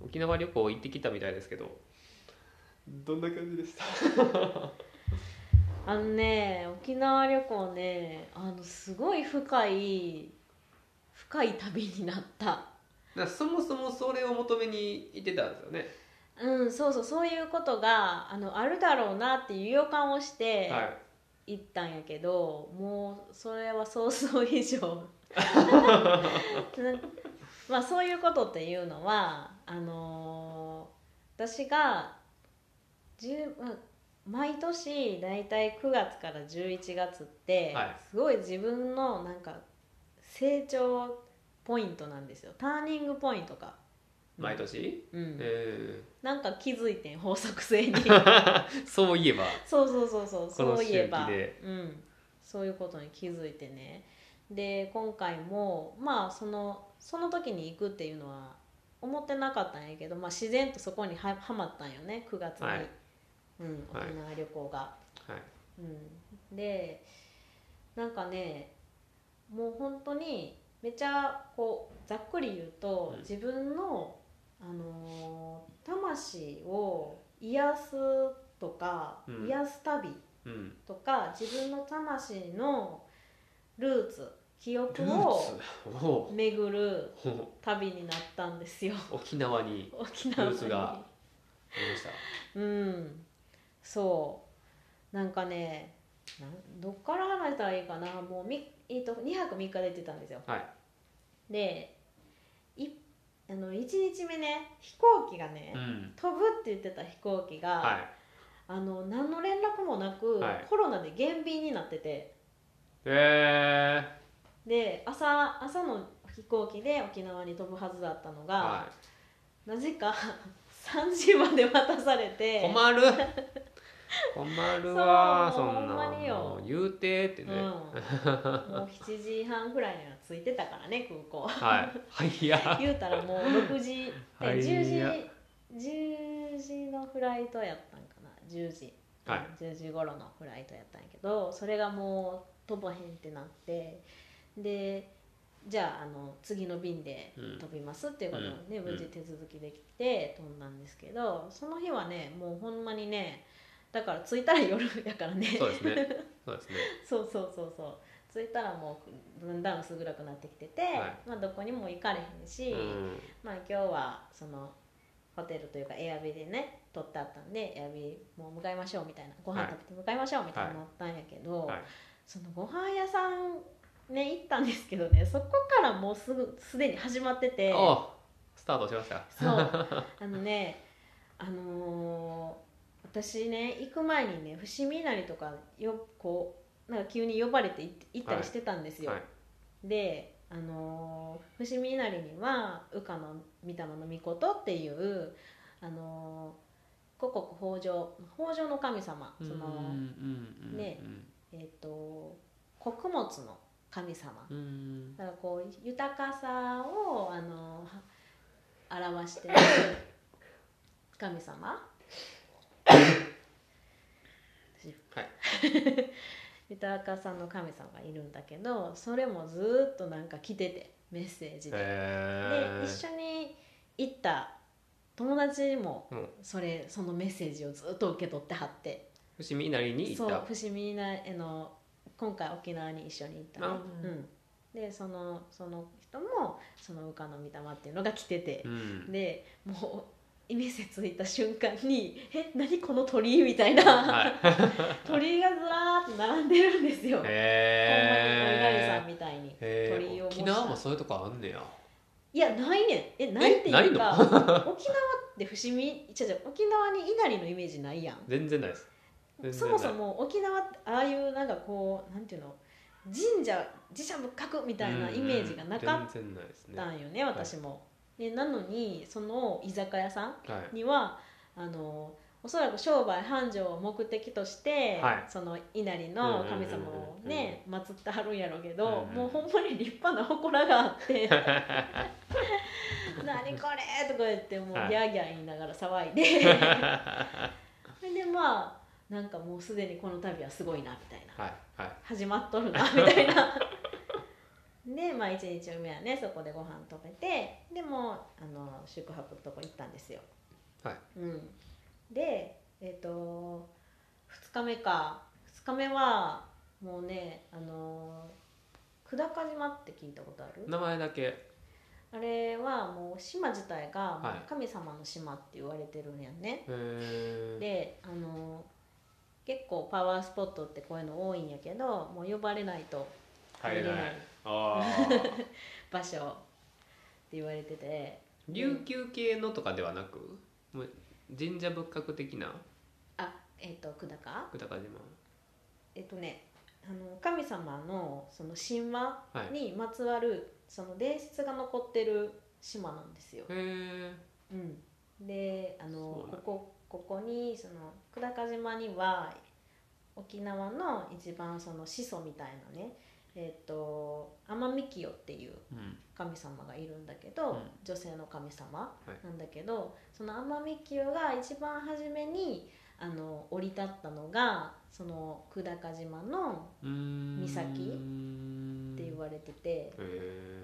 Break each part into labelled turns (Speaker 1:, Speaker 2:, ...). Speaker 1: 沖縄旅行行ってきたみたいですけどどんな感じでした
Speaker 2: あのね沖縄旅行ねあのすごい深い深い旅になった
Speaker 1: だからそもそもそれを求めに行ってたんですよね、
Speaker 2: うんそうそうそういうことがあのあるだろうなっていう予感をして
Speaker 1: はい
Speaker 2: 行ったんやけど、もうそれは想像以上 なまあそういうことっていうのはあのー私が10まあ毎年大体9月から11月って、
Speaker 1: はい
Speaker 2: すごい自分のなんか成長ポイントなんですよターニングポイントか。
Speaker 1: 毎年、
Speaker 2: うん
Speaker 1: え
Speaker 2: なんか気づいてん法則性に
Speaker 1: ーそういえば
Speaker 2: そうそうそうそう
Speaker 1: この
Speaker 2: そういえば
Speaker 1: 周期で
Speaker 2: うん、そういうことに気づいてねで今回もまあそのその時に行くっていうのは思ってなかったんやけど、まあ、自然とそこにははまったんよね9月に、
Speaker 1: はい
Speaker 2: うん、沖
Speaker 1: はい
Speaker 2: 縄旅行が、
Speaker 1: はい
Speaker 2: うん、でなんかねもう本当にめちゃこうざっくり言うと、
Speaker 1: うん
Speaker 2: 自分の、あのー魂を癒すとか、
Speaker 1: うん
Speaker 2: 癒す旅
Speaker 1: うん
Speaker 2: とか自分の魂のルーツ記憶
Speaker 1: ルー
Speaker 2: を
Speaker 1: ツおう
Speaker 2: 巡る
Speaker 1: ほう
Speaker 2: 旅になったんですよ
Speaker 1: 沖縄に
Speaker 2: 沖縄に
Speaker 1: ルーツがありました
Speaker 2: うんそうなんかねなんどっから話したらいいかなもうみ、えー、と2泊3日で行ってたんですよ
Speaker 1: はい
Speaker 2: でいあの1日目ね飛行機がね、
Speaker 1: うん
Speaker 2: 飛ぶって言ってた飛行機が、
Speaker 1: はい
Speaker 2: あの何の連絡もなく、
Speaker 1: はい
Speaker 2: コロナで減便になってて
Speaker 1: え
Speaker 2: で朝朝の飛行機で沖縄に飛ぶはずだったのが、
Speaker 1: ー、はい
Speaker 2: なぜか 3時まで待たされて
Speaker 1: 困 る困るわ
Speaker 2: そう
Speaker 1: そんな
Speaker 2: ほんまによ
Speaker 1: もう言うてーってね、
Speaker 2: うん、もう7時半ぐらいには着いてたからね空 港
Speaker 1: はいはいや
Speaker 2: 言うたらもう6時で
Speaker 1: はい
Speaker 2: 10時
Speaker 1: や
Speaker 2: 10時のフライトやったんかな10時、
Speaker 1: はい
Speaker 2: 10時頃のフライトやったんやけどそれがもう飛ばへんってなってでじゃああの次の便で
Speaker 1: うん
Speaker 2: 飛びますっていうことで、
Speaker 1: うん
Speaker 2: 無事手続きできて飛んだんですけどその日はねもうほんまにねだから着いたら夜やからね
Speaker 1: そうですねそう ですね
Speaker 2: そうそうそうそう着いたらもうだんだん薄暗くなってきてて、
Speaker 1: はい
Speaker 2: まあ、どこにも行かれへんし、
Speaker 1: うん
Speaker 2: まあ、今日はそのホテルというかエアビーでね取ってあったんでエアビーもう向かいましょうみたいなご
Speaker 1: は
Speaker 2: 飯
Speaker 1: い
Speaker 2: 食べて向かいましょうみたいになったんやけど、
Speaker 1: はい
Speaker 2: そのご飯屋さんね行ったんですけどねそこからもうすぐすでに始まってて
Speaker 1: おうスタートしました
Speaker 2: そうあのねあのー私ね行く前にね伏見稲荷とかよこうなんか急に呼ばれて行って行ったりしてたんですよ、
Speaker 1: はい
Speaker 2: で、あのー伏見稲荷には羽化の御霊の御事っていう、あのー、五穀豊穣豊穣の神様そ
Speaker 1: うんうん
Speaker 2: の、
Speaker 1: うん
Speaker 2: ねえっと穀物の神様
Speaker 1: うんうん
Speaker 2: だからこう豊かさをあのは 表してる神様
Speaker 1: はい
Speaker 2: 豊かさの神様がいるんだけどそれもずっとなんか来ててメッセージで。
Speaker 1: え
Speaker 2: で一緒に行った友達も
Speaker 1: うん
Speaker 2: それそのメッセージをずっと受け取ってはって
Speaker 1: 伏見稲荷に行
Speaker 2: そ
Speaker 1: っ
Speaker 2: う
Speaker 1: た
Speaker 2: 伏見なえの今回沖縄に一緒に行ったの、
Speaker 1: あー
Speaker 2: うん、でそのその人もその羽化の御霊っていうのが来てて
Speaker 1: う、ん
Speaker 2: でもう店ついた瞬間に「え何この鳥居」みたいな、
Speaker 1: はい
Speaker 2: 鳥居がずらーっと並んでるんですよ、ほんまにお稲荷さん
Speaker 1: へ
Speaker 2: みたいに
Speaker 1: え
Speaker 2: 鳥居を模した
Speaker 1: 沖縄もそういうとこあんねや
Speaker 2: いやないねんえないって
Speaker 1: ない
Speaker 2: いう
Speaker 1: の
Speaker 2: か沖縄って伏見違う違う沖縄に稲荷のイメージないやん
Speaker 1: 全然ないです全然
Speaker 2: そ
Speaker 1: な
Speaker 2: も
Speaker 1: い
Speaker 2: そも沖縄ってああいうなんかこうなんていうの神社寺社仏閣みたいなイメージがなかっ
Speaker 1: 全然ないですね
Speaker 2: た
Speaker 1: は
Speaker 2: んよね、私も、でなのにその居酒屋さん
Speaker 1: い
Speaker 2: にはあのおそらく商売繁盛を目的として、
Speaker 1: はい
Speaker 2: その稲荷の神
Speaker 1: うんう
Speaker 2: 様を
Speaker 1: んうんうん
Speaker 2: ね祀ってはるんやろうけど、
Speaker 1: うんうん
Speaker 2: もうほんまに立派な祠があって 「何これ!」とか言ってもうギ
Speaker 1: はい
Speaker 2: ャーギャー言いながら騒 いでそれでまあなんかもうすでにこの旅はすごいなみたいな
Speaker 1: はいはい
Speaker 2: 始まっとるなみたいな。で、まあ、1日目はねそこでご飯食べてでもあの宿泊のとこ行ったんですよ。
Speaker 1: はい
Speaker 2: うん、でえっ、と2日目か2日目はもうねあの久高島って聞いたことある
Speaker 1: 名前だけ
Speaker 2: あれはもう島自体が
Speaker 1: はい
Speaker 2: 神様の島って言われてるんやね、
Speaker 1: えー、
Speaker 2: であの結構パワースポットってこういうの多いんやけどもう呼ばれないと
Speaker 1: 入れない
Speaker 2: ね
Speaker 1: あ あ
Speaker 2: 場所って言われてて
Speaker 1: 琉球系のとかではなくもう神社仏閣的な
Speaker 2: あえっ、と久高
Speaker 1: 久高島
Speaker 2: えっ、とねあの神様のその神話
Speaker 1: はい
Speaker 2: にまつわるその伝説が残ってる島なんですよ
Speaker 1: へ。え
Speaker 2: うん、であ
Speaker 1: そ
Speaker 2: の
Speaker 1: うな
Speaker 2: こ
Speaker 1: ん
Speaker 2: こここにその久高島には沖縄の一番その始祖みたいなねえっ、と天海清っていう
Speaker 1: うん
Speaker 2: 神様がいるんだけど、
Speaker 1: うん
Speaker 2: 女性の神様
Speaker 1: はい
Speaker 2: なんだけど、その天海清が一番初めにあの降り立ったのがその久高島の
Speaker 1: うーん
Speaker 2: 岬って言
Speaker 1: へ
Speaker 2: われてて、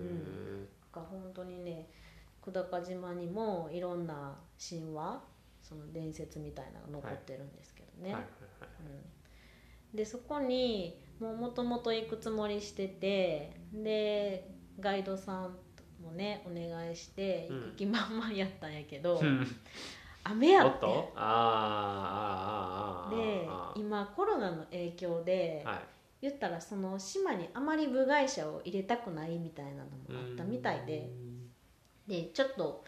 Speaker 1: え
Speaker 2: が本当にね久高島にもいろんな神話その伝説みたいなのが残ってるんですけどね、
Speaker 1: はいはいはい
Speaker 2: うん、でそこにもともと行くつもりしててでガイドさんもねお願いして
Speaker 1: うん
Speaker 2: 行く気満々やったんやけど、
Speaker 1: うん
Speaker 2: 雨や
Speaker 1: お
Speaker 2: っ
Speaker 1: ってとあーあ
Speaker 2: で
Speaker 1: ーあーあーあーあー
Speaker 2: 今コロナの影響で、
Speaker 1: はい
Speaker 2: 言ったらその島にあまり部外者を入れたくないみたいなのもあったみたいで。でちょっと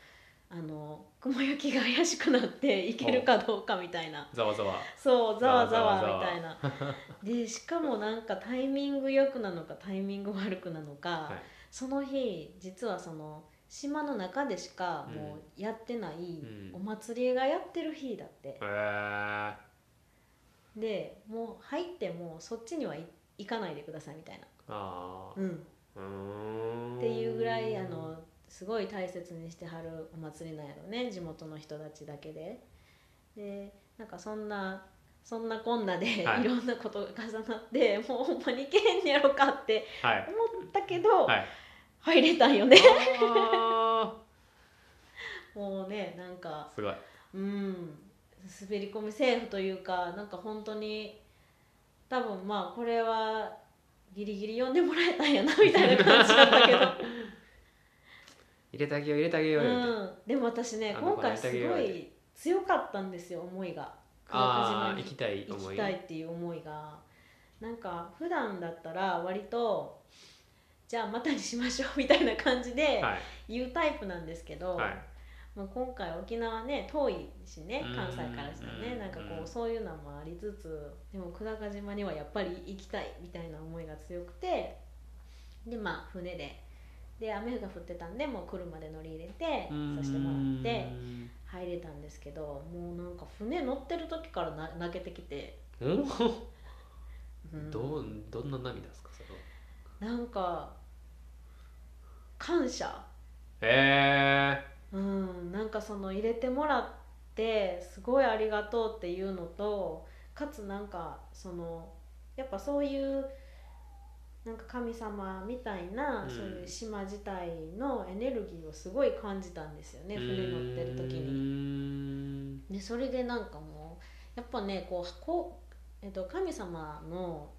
Speaker 2: あの雲行きが怪しくなって行けるかどうかみたいな
Speaker 1: ざわざわ
Speaker 2: そうざわざわ
Speaker 1: ざわざわ
Speaker 2: みたいな でしかもなんかタイミング良くなのかタイミング悪くなのか、
Speaker 1: はい
Speaker 2: その日実はその島の中でしか
Speaker 1: うん
Speaker 2: もうやってない、
Speaker 1: ん
Speaker 2: お祭りがやってる日だって
Speaker 1: へえ
Speaker 2: でもう入ってもそっちにはい行かないでくださいみたいな、
Speaker 1: ああ
Speaker 2: うん、
Speaker 1: うーん
Speaker 2: っていうぐらいあのすごい大切にしてはるお祭りなんやろね地元の人たちだけででなんかそんなそんなこんなで、、
Speaker 1: はいい
Speaker 2: ろんなことが重なってもうほんまに行けへんやろかって
Speaker 1: はい
Speaker 2: 思ったけど、
Speaker 1: はい
Speaker 2: 入れたんよね
Speaker 1: あ
Speaker 2: もうねなんか
Speaker 1: ーすごい
Speaker 2: うん滑り込みセーフというかなんか本当に多分まあこれはギリギリ呼んでもらえたんやなみたいな感じだったけど。
Speaker 1: 入れてあげよう入れてあげようよみたいな
Speaker 2: うん、でも私ね
Speaker 1: あの
Speaker 2: 今回
Speaker 1: この
Speaker 2: す
Speaker 1: 間言わ
Speaker 2: ご
Speaker 1: れ
Speaker 2: い強かったんですよ思いが
Speaker 1: ああ行
Speaker 2: 久高
Speaker 1: きたい
Speaker 2: 島に行
Speaker 1: 思
Speaker 2: き
Speaker 1: い
Speaker 2: たいっていう思いがなんか普段だったら割とじゃあまたにしましょうみたいな感じで
Speaker 1: はい
Speaker 2: 言うタイプなんですけど、
Speaker 1: はい
Speaker 2: まあ、今回沖縄ね遠いしね
Speaker 1: うん
Speaker 2: 関西からしたら
Speaker 1: う
Speaker 2: ね
Speaker 1: ん
Speaker 2: なんかこ
Speaker 1: う
Speaker 2: うんそういうのもありつつでも久高島にはやっぱり行きたいみたいな思いが強くてでまあ船でで雨が降ってたんでもう車で乗り入れてさせてもらって入れたんですけどもうなんか船乗ってる時からな泣けてきて、
Speaker 1: うーんお
Speaker 2: うん
Speaker 1: どうどんな涙ですかそれは
Speaker 2: なんか感謝
Speaker 1: へ
Speaker 2: うん、なんかその入れてもらってすごいありがとうっていうのとかつなんかそのやっぱそういうなんか神様みたいな、
Speaker 1: うん
Speaker 2: そういう島自体のエネルギーをすごい感じたんですよ
Speaker 1: え
Speaker 2: ね船乗ってる時に。
Speaker 1: に
Speaker 2: でそれでなんかもうやっぱねこうこう、えっと、神様の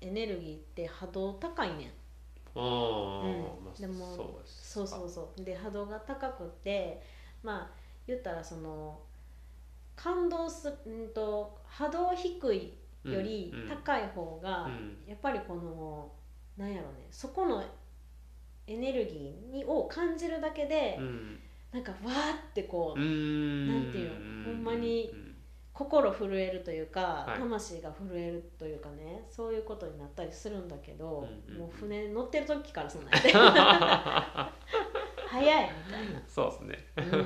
Speaker 2: エネルギーって波動高いねん。
Speaker 1: ああ、
Speaker 2: うん
Speaker 1: まあ
Speaker 2: でも
Speaker 1: そうです
Speaker 2: そうそうそうで波動が高くてまあ言ったらその感動すうんと波動低いより
Speaker 1: うんうん
Speaker 2: 高い方が、
Speaker 1: うん
Speaker 2: やっぱりこのなんやろねそこのエネルギーにを感じるだけで、
Speaker 1: うん
Speaker 2: なんかわーってこう、
Speaker 1: うん
Speaker 2: なんていうのほんまに
Speaker 1: うん
Speaker 2: 心震えるというか、
Speaker 1: はい
Speaker 2: 魂が震えるというかねそういうことになったりするんだけど、
Speaker 1: うんうん
Speaker 2: もう船乗ってる時からそんなん やって早いみたいな。
Speaker 1: そうですね
Speaker 2: う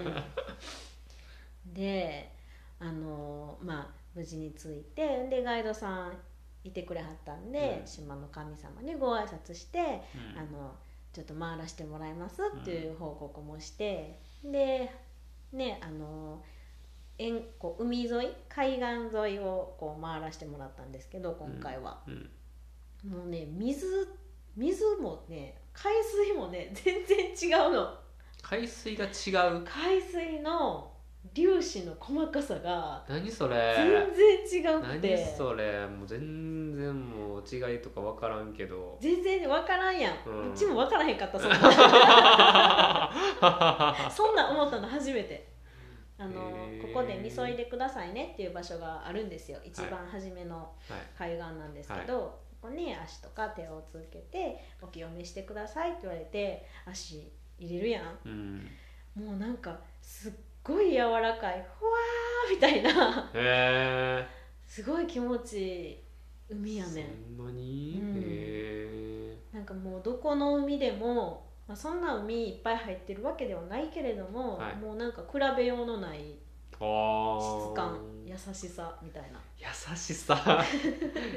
Speaker 2: んであのまあ無事に着いてでガイドさんいてくれはったんで、
Speaker 1: うん
Speaker 2: 島の神様にご挨拶して、
Speaker 1: うん
Speaker 2: あのちょっと回らせてもらいますっていう報告もして、でねあの沿こう海沿い海岸沿いをこう回らせてもらったんですけど今回は、
Speaker 1: うん
Speaker 2: もうね水水もね海水もね 全然違うの
Speaker 1: 海水が違う
Speaker 2: 海水の粒子の細かさが
Speaker 1: 何そ
Speaker 2: 全
Speaker 1: れ
Speaker 2: 然違うくて、
Speaker 1: 何それもう全然もう違いとか分からんけ ど
Speaker 2: 全然分からんやん、
Speaker 1: う
Speaker 2: うんちも分からへんかったそんなそんなん思ったの初めてあの
Speaker 1: へー
Speaker 2: ここで「みそいでくださいね」っていう場所があるんですよ一番初めの海岸なんですけど、ここに足とか手をつけて「お清めしてください」って言われて足入れるやん
Speaker 1: うん
Speaker 2: もうなんかすっごい柔らかいふわーみたいな
Speaker 1: へえ
Speaker 2: すごい気持ちいい海やねん
Speaker 1: そんなに、
Speaker 2: うん
Speaker 1: へえ
Speaker 2: なんかもうどこの海でも、まあ、そんな海いっぱい入ってるわけではないけれども、
Speaker 1: はい
Speaker 2: もうなんか比べようのない
Speaker 1: あー
Speaker 2: 質感優しさみたいな
Speaker 1: 優しさ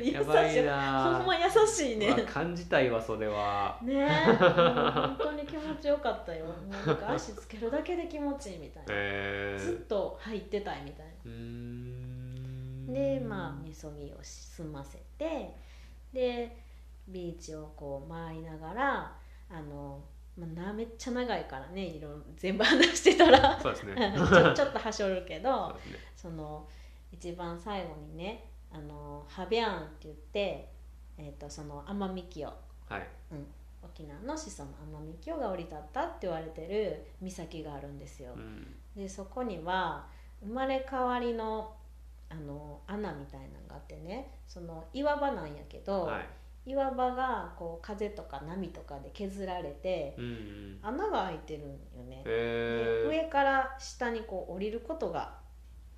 Speaker 2: 優
Speaker 1: やば
Speaker 2: し
Speaker 1: い
Speaker 2: いほ
Speaker 1: なん
Speaker 2: ま優しいね
Speaker 1: うわ感じたいわそれは
Speaker 2: ねえもう本当に気持ちよかったよもうなんか足つけるだけで気持ちいいみたいな
Speaker 1: へ
Speaker 2: ず
Speaker 1: え
Speaker 2: っと入ってたいみたいな
Speaker 1: うーん
Speaker 2: でまあみそぎを済ませてでビーチをこう回りながらあの、まあなめっちゃ長いからねいろん全部話してた ら
Speaker 1: そうですね
Speaker 2: ちょちょっとはしょるけ
Speaker 1: そ
Speaker 2: ど
Speaker 1: うですね
Speaker 2: その一番最後にねあのハビャーンって言って、えー、とその奄美清
Speaker 1: はい
Speaker 2: 沖縄の子孫の奄美清が降り立ったって言われてる岬があるんですよ。
Speaker 1: うん
Speaker 2: でそこには生まれ変わりのあの穴みたいなのがあってねその岩場なんやけど、
Speaker 1: はい
Speaker 2: 岩場がこう風とか波とかで削られて
Speaker 1: うんうん
Speaker 2: 穴が開いてるんよ
Speaker 1: へ
Speaker 2: ね、で
Speaker 1: え
Speaker 2: 上から下にこう降りることが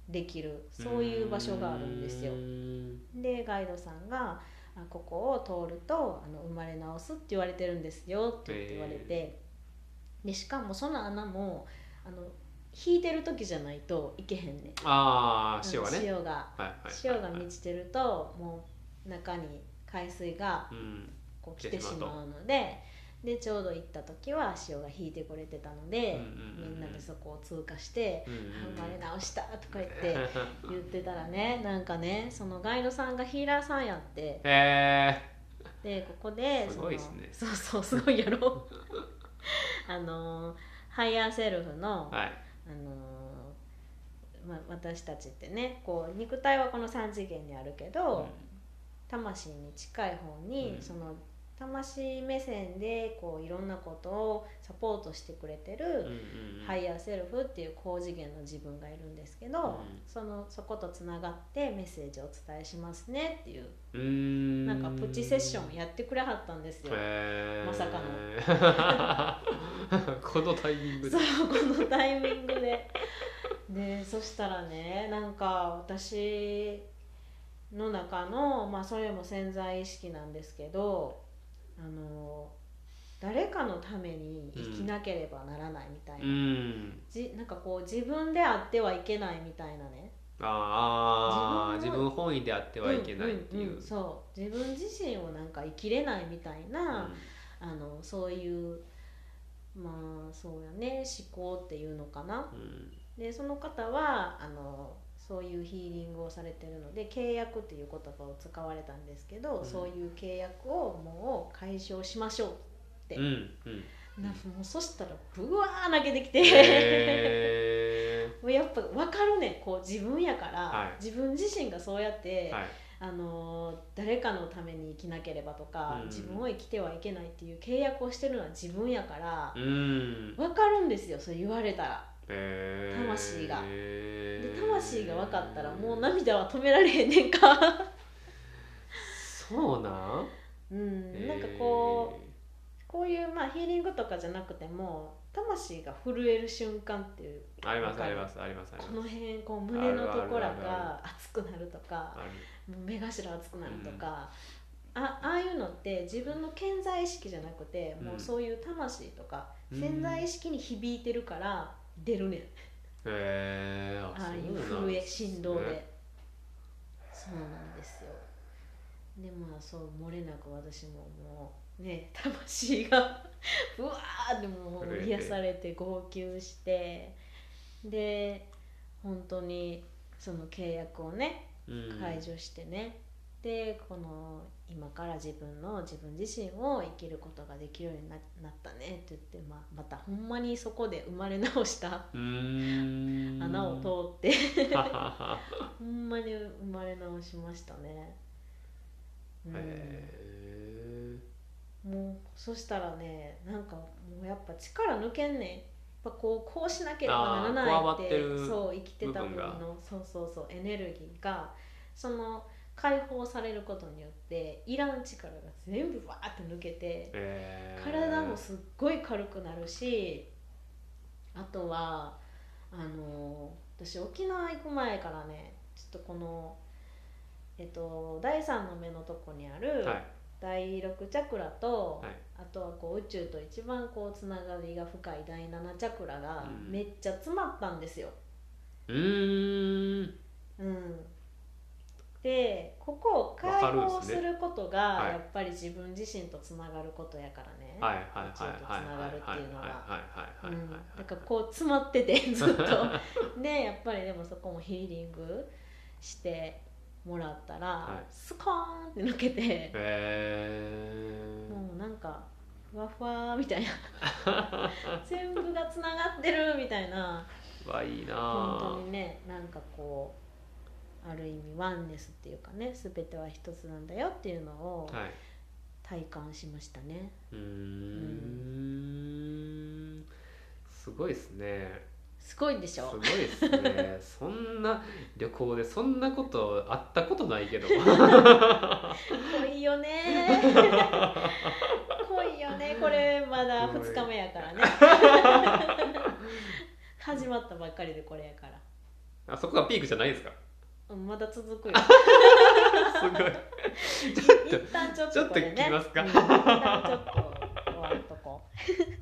Speaker 2: できるそういう場所があるんですよ
Speaker 1: うーん
Speaker 2: でガイドさんが「あここを通るとあの生まれ直すって言われてるんですよ」って言って言われてでしかもその穴もあの引いてる時じゃないといけへんねん
Speaker 1: ああ
Speaker 2: あの
Speaker 1: 潮がね
Speaker 2: 潮が
Speaker 1: はいはいはい
Speaker 2: 潮が満ちてるともう中に海水が
Speaker 1: うん
Speaker 2: こう
Speaker 1: 来
Speaker 2: 来
Speaker 1: て
Speaker 2: て
Speaker 1: し
Speaker 2: し
Speaker 1: まうと
Speaker 2: まうのででちょうど行った時は潮が引いてくれてたの
Speaker 1: う
Speaker 2: で
Speaker 1: んうんうん
Speaker 2: みんなでそこを通過して
Speaker 1: うんう
Speaker 2: 「あ
Speaker 1: ん
Speaker 2: 生まれ直した」とか言って
Speaker 1: へ
Speaker 2: 言ってたらねなんかねそのガイドさんがヒーラーさん やって
Speaker 1: え
Speaker 2: でここですそ
Speaker 1: ご
Speaker 2: の
Speaker 1: いっすね
Speaker 2: そうそうすごいやろ あのハイヤーセルフの、
Speaker 1: はい
Speaker 2: あのまあ、私たちってねこう肉体はこの3次元にあるけど、魂に近い方に、
Speaker 1: うん
Speaker 2: その魂目線でこういろんなことをサポートしてくれて
Speaker 1: うんう
Speaker 2: る、
Speaker 1: んうん
Speaker 2: ハイヤーセルフっていう高次元の自分がいるんですけど、
Speaker 1: うん
Speaker 2: そのそことつながってメッセージをお伝えしますねっていう
Speaker 1: うーん
Speaker 2: なんかプチセッションやってくれはったんですよ。
Speaker 1: へえ
Speaker 2: まさか
Speaker 1: の このタイミングで
Speaker 2: そうこのタイミングで でそしたらねなんか私の中の、まあ、それも潜在意識なんですけどあの誰かのために生きなければならないみたいな、
Speaker 1: うん
Speaker 2: じなんかこう自分であってはいけないみたいなね
Speaker 1: ああ自
Speaker 2: 自
Speaker 1: 分
Speaker 2: 分
Speaker 1: 本位であってはいけないってい
Speaker 2: ん
Speaker 1: う,、
Speaker 2: んんそう自分自身をなんか生きれないみたいな、あのそういうまあそうやね思考っていうのかな、
Speaker 1: うんうん
Speaker 2: でその方はあのそういうヒーリングをされてるので契約っていう言葉を使われたんですけど、
Speaker 1: うん
Speaker 2: そういう契約をもう解消しましょで
Speaker 1: うんうん
Speaker 2: うなもうそしたらぶわー泣けてきて、
Speaker 1: へ
Speaker 2: もうやっぱ分かるねこう自分やから、
Speaker 1: はい
Speaker 2: 自分自身がそうやって、
Speaker 1: えはい
Speaker 2: あの誰かのために生きなければとか、
Speaker 1: うん
Speaker 2: 自分を生きてはいけないっていう契約をしてるのは自分やから、
Speaker 1: うん
Speaker 2: 分かるんですよそれ言われたら。
Speaker 1: へー
Speaker 2: 魂がで
Speaker 1: で
Speaker 2: 魂が分かったらもう涙は止められへんねんか。
Speaker 1: そうなん
Speaker 2: うん、なんかこう、こういうまあヒーリングとかじゃなくても魂が震える瞬間っていう
Speaker 1: えーあります
Speaker 2: わ
Speaker 1: あ
Speaker 2: か
Speaker 1: り
Speaker 2: る
Speaker 1: ますありますあり
Speaker 2: こ
Speaker 1: ま
Speaker 2: の
Speaker 1: す
Speaker 2: 辺こう胸のところ
Speaker 1: あるあるある
Speaker 2: が熱くなるとか
Speaker 1: ある
Speaker 2: もう目頭熱くなるとか、あああいうのって自分の健在意識じゃなくてもうそういう魂とか
Speaker 1: うん
Speaker 2: 潜在意識に響いてるから出るねん、
Speaker 1: へえー、
Speaker 2: ああいう
Speaker 1: そうなん
Speaker 2: 震え振動で、
Speaker 1: ね
Speaker 2: そうなんですよでまあそう漏れなく私ももうね 魂がうわーでも
Speaker 1: 震えて
Speaker 2: 癒されて号泣してで本当にその契約をね
Speaker 1: うん
Speaker 2: 解除してね、でこの今から自分の自分自身を生きることができるようにななったねって言って、まあ、またほんまにそこで生まれ直した
Speaker 1: うーん
Speaker 2: 穴を通って
Speaker 1: ってははは
Speaker 2: ほんまに生まれ直しましたね。うん
Speaker 1: へ
Speaker 2: もうそしたらねなんかもうやっぱ力抜けんねんやっぱこうこうしなければなら
Speaker 1: あーこわば
Speaker 2: ないっ
Speaker 1: っててる
Speaker 2: そう生きてた
Speaker 1: 部
Speaker 2: 分
Speaker 1: 分が
Speaker 2: のそうそうそうエネルギーがその解放されることによっていらん力が全部わーって抜けて
Speaker 1: え
Speaker 2: 体もすっごい軽くなるしあとはあの私沖縄行く前からねちょっとこの、えっと、第三の目のとこにある、
Speaker 1: はい
Speaker 2: 第六チャクラと、
Speaker 1: はい
Speaker 2: あとはこう宇宙と一番こうつながりが深い第七チャクラが
Speaker 1: うん
Speaker 2: めっちゃ詰まったんですよ。
Speaker 1: うーん
Speaker 2: うん、でここを解
Speaker 1: わかるん
Speaker 2: 放
Speaker 1: です
Speaker 2: す
Speaker 1: ね
Speaker 2: ることが
Speaker 1: はい
Speaker 2: やっぱり自分自身とつながることやからね。
Speaker 1: はいはいはいはいはいはいはいはいはいはいはいはい
Speaker 2: うん
Speaker 1: はい
Speaker 2: だからこう詰まっ ててずっとでやっぱりでもそこもヒーリングしてもらったら、
Speaker 1: はい
Speaker 2: スコーンって抜けて、
Speaker 1: へ
Speaker 2: もうなんかふわふわみたいな 全部がつながってるみたいな
Speaker 1: えわいいな
Speaker 2: 本
Speaker 1: あ
Speaker 2: 当にねなんかこうある意味ワンネスっていうかね全ては一つなんだよっていうのを
Speaker 1: はい
Speaker 2: 体感しましたね、
Speaker 1: うーんすごいですね
Speaker 2: すごいでし
Speaker 1: すご
Speaker 2: ょ
Speaker 1: いですねそんな旅行でそんなことあったことない けど
Speaker 2: 濃いよ ね濃いよねこれまだ
Speaker 1: 濃い
Speaker 2: 2日目やからね始まったばっかりでこれやから
Speaker 1: あそこがピークじゃないです か
Speaker 2: うんまだ続くよ
Speaker 1: すごい
Speaker 2: 一旦ちょっ
Speaker 1: ち
Speaker 2: と
Speaker 1: ょっと
Speaker 2: これね
Speaker 1: 聞きますか
Speaker 2: うん一旦ちょっと終わっとこう